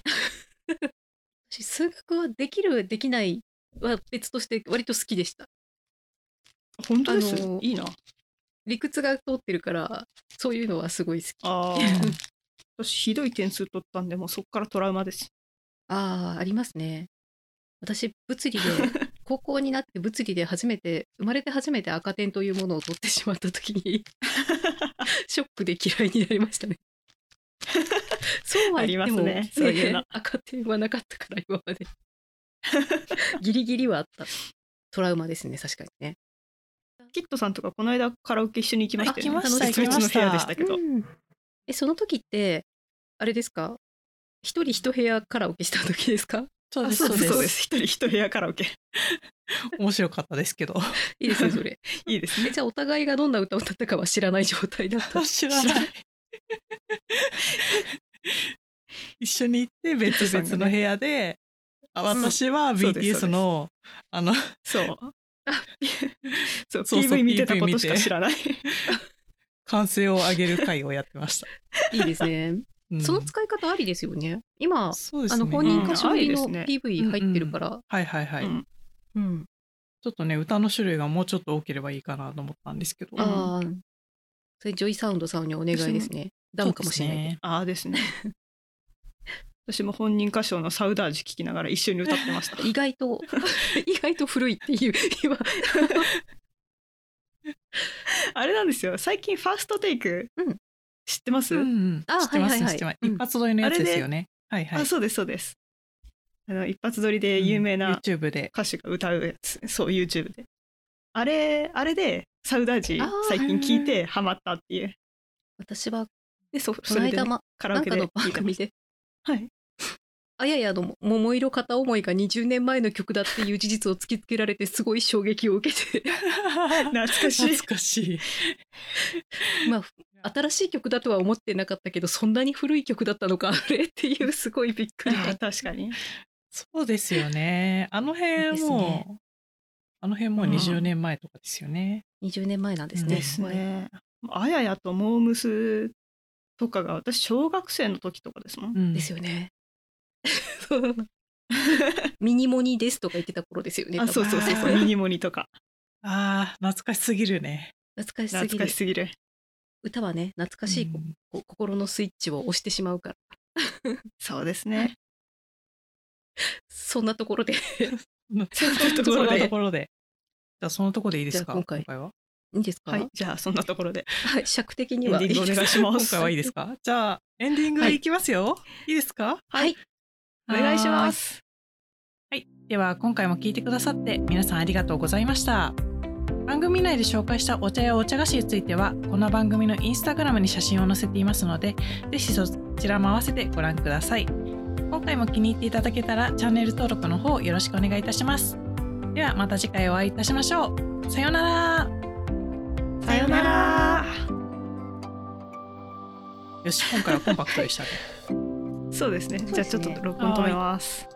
[SPEAKER 3] 私数学はできるできないは別として割と好きでした
[SPEAKER 2] 本当です。
[SPEAKER 3] あのー
[SPEAKER 2] いいな。
[SPEAKER 3] 理屈が通ってるからそういうのはすごい好き
[SPEAKER 2] あ
[SPEAKER 3] ー
[SPEAKER 2] 私ひどい点数取ったんで、もうそこからトラウマです。
[SPEAKER 3] ああ、ありますね。私、物理で、 高校になって物理で初めて、生まれて初めて赤点というものを取ってしまった時 に、ショックで嫌いになりましたね。そうは言っても、
[SPEAKER 2] ありますねそういうの
[SPEAKER 3] 赤点はなかったから、今まで。 ギリギリはあった。トラウマですね、確かにね。
[SPEAKER 2] キットさんとかこの間カラオケ一緒に行きましたよね。
[SPEAKER 1] あ行
[SPEAKER 3] きました
[SPEAKER 2] 別々
[SPEAKER 1] 行きました
[SPEAKER 2] の部屋でしたけど。
[SPEAKER 3] うんえ、その時って、あれですか一人一部屋カラオケした時ですか
[SPEAKER 1] そう
[SPEAKER 2] あ
[SPEAKER 1] です
[SPEAKER 2] そ
[SPEAKER 1] そうう
[SPEAKER 2] で
[SPEAKER 1] で。
[SPEAKER 2] すそうですす。一人一部屋カラオケ。
[SPEAKER 1] 面白かったですけど
[SPEAKER 3] いいですね、それ。
[SPEAKER 2] いいです
[SPEAKER 3] え
[SPEAKER 2] ね。
[SPEAKER 3] じゃあお互いがどんな歌を歌ったかは知らない状態だった。
[SPEAKER 1] 知ら
[SPEAKER 2] 知ら
[SPEAKER 1] ない。一緒に行って別々の部屋で、あ私は
[SPEAKER 2] そうですそ
[SPEAKER 1] BTS
[SPEAKER 2] うです
[SPEAKER 1] のあの
[SPEAKER 2] そう。そう
[SPEAKER 1] そうそう
[SPEAKER 2] PV 見てたことし
[SPEAKER 1] PV 見
[SPEAKER 2] か
[SPEAKER 1] て
[SPEAKER 2] 知らない。
[SPEAKER 1] 完成を上げる会をやってました。
[SPEAKER 3] いいですね。
[SPEAKER 1] うん
[SPEAKER 3] その使い方ありですよね。今、
[SPEAKER 1] そうです
[SPEAKER 3] あ
[SPEAKER 1] ね。
[SPEAKER 3] の本人歌
[SPEAKER 2] 化う
[SPEAKER 3] 手
[SPEAKER 2] んあ
[SPEAKER 3] 入
[SPEAKER 2] り
[SPEAKER 3] り
[SPEAKER 2] で
[SPEAKER 3] の
[SPEAKER 2] すね
[SPEAKER 3] PV 入ってるから、
[SPEAKER 1] はいはいはい、
[SPEAKER 2] うん
[SPEAKER 3] うん
[SPEAKER 1] ちょっとね歌の種類がもうちょっと多ければいいかなと思ったんですけど。
[SPEAKER 3] ああ、それジョイサウンドさんにお願いですね。ダウンかもしれないけど。
[SPEAKER 2] ああですね。私も本人歌唱のサウダージ聞きながら一緒に歌ってました。
[SPEAKER 3] 意外 と、意外と古いっていう、今、
[SPEAKER 2] あれなんですよ。最近ファーストテイク、
[SPEAKER 3] うん
[SPEAKER 2] 知ってま
[SPEAKER 1] そ
[SPEAKER 2] す、
[SPEAKER 1] うですね。うんう
[SPEAKER 3] あ
[SPEAKER 1] ん、知ってます、
[SPEAKER 3] はいはいはい
[SPEAKER 1] 知ってます。
[SPEAKER 3] うん
[SPEAKER 1] 一発撮りのやつですよね。はいはい。
[SPEAKER 2] あそうですそうです。あの一発撮りで有名
[SPEAKER 1] うん
[SPEAKER 2] な
[SPEAKER 1] YouTube で。
[SPEAKER 2] 歌手が歌うやつ、そう YouTube で。あれあれでサウダージ
[SPEAKER 3] あー
[SPEAKER 2] 最近聞いてハマったっていう。
[SPEAKER 3] 私は
[SPEAKER 2] でそ
[SPEAKER 3] こ
[SPEAKER 2] そ
[SPEAKER 3] の
[SPEAKER 2] れで
[SPEAKER 3] 間
[SPEAKER 2] ね、
[SPEAKER 3] ま、
[SPEAKER 2] カラ
[SPEAKER 3] な
[SPEAKER 2] オ
[SPEAKER 3] ん
[SPEAKER 2] ケ
[SPEAKER 3] か
[SPEAKER 2] で
[SPEAKER 3] の
[SPEAKER 2] 聞
[SPEAKER 3] 番
[SPEAKER 2] いてま
[SPEAKER 3] 組
[SPEAKER 2] し
[SPEAKER 3] で、
[SPEAKER 2] た。はい。
[SPEAKER 3] あややの桃色片思いが20年前の曲だっていう事実を突きつけられてすごい衝撃を受けて
[SPEAKER 2] 懐かしい
[SPEAKER 1] 懐かしい。
[SPEAKER 3] まあ新しい曲だとは思ってなかったけどそんなに古い曲だったのかあれって いうすごいびっくり
[SPEAKER 2] あ確かに
[SPEAKER 1] そうですよね。あの
[SPEAKER 3] いいで
[SPEAKER 1] 辺
[SPEAKER 3] す
[SPEAKER 1] もう、
[SPEAKER 3] ね
[SPEAKER 1] あの辺もう
[SPEAKER 2] うん
[SPEAKER 1] 20年前とかですよね。
[SPEAKER 3] 20年前なんですね。
[SPEAKER 2] ですねあややとモームスとかが私小学生の時とかですもん、
[SPEAKER 1] うん
[SPEAKER 3] ですよね。 ミニモニですとか言ってた頃ですよね。
[SPEAKER 2] あそうそうそうそうミニモニとか
[SPEAKER 1] ああ、懐かしすぎるね。
[SPEAKER 3] 懐かしすぎ
[SPEAKER 2] 懐か
[SPEAKER 3] る
[SPEAKER 2] し。すぎる
[SPEAKER 3] 歌はね、懐かしい
[SPEAKER 1] う
[SPEAKER 3] こ、
[SPEAKER 1] ん
[SPEAKER 3] こ心のスイッチを押してしまうから。
[SPEAKER 2] そうですね
[SPEAKER 3] そんなところで、
[SPEAKER 1] そんなところで。じゃあ、そのところでいいですか
[SPEAKER 3] じゃあ今回
[SPEAKER 1] は。
[SPEAKER 3] いいですか、
[SPEAKER 2] は
[SPEAKER 3] はいい、
[SPEAKER 2] じゃあそんなところで
[SPEAKER 3] 尺的に
[SPEAKER 2] エン
[SPEAKER 3] は
[SPEAKER 2] ディングお願いし
[SPEAKER 1] 今
[SPEAKER 2] ます
[SPEAKER 1] 回はいいですかじゃあ、エンディングいきますよ。い、いですか
[SPEAKER 3] はい。
[SPEAKER 2] お願いします
[SPEAKER 1] はい。では、今回も聞いてくださって、皆さんありがとうございました。番組内で紹介したお茶やお茶菓子については、この番組のインスタグラムに写真を載せていますので、ぜひそちらも合わせてご覧ください。今回も気に入っていただけたら、チャンネル登録の方よろしくお願いいたします。では、また次回お会いいたしましょう。さようなら。
[SPEAKER 2] さようなら
[SPEAKER 1] よし、今回はコンパクトでしたね。
[SPEAKER 2] そうですね
[SPEAKER 3] すね
[SPEAKER 2] じゃあちょっと録音止めます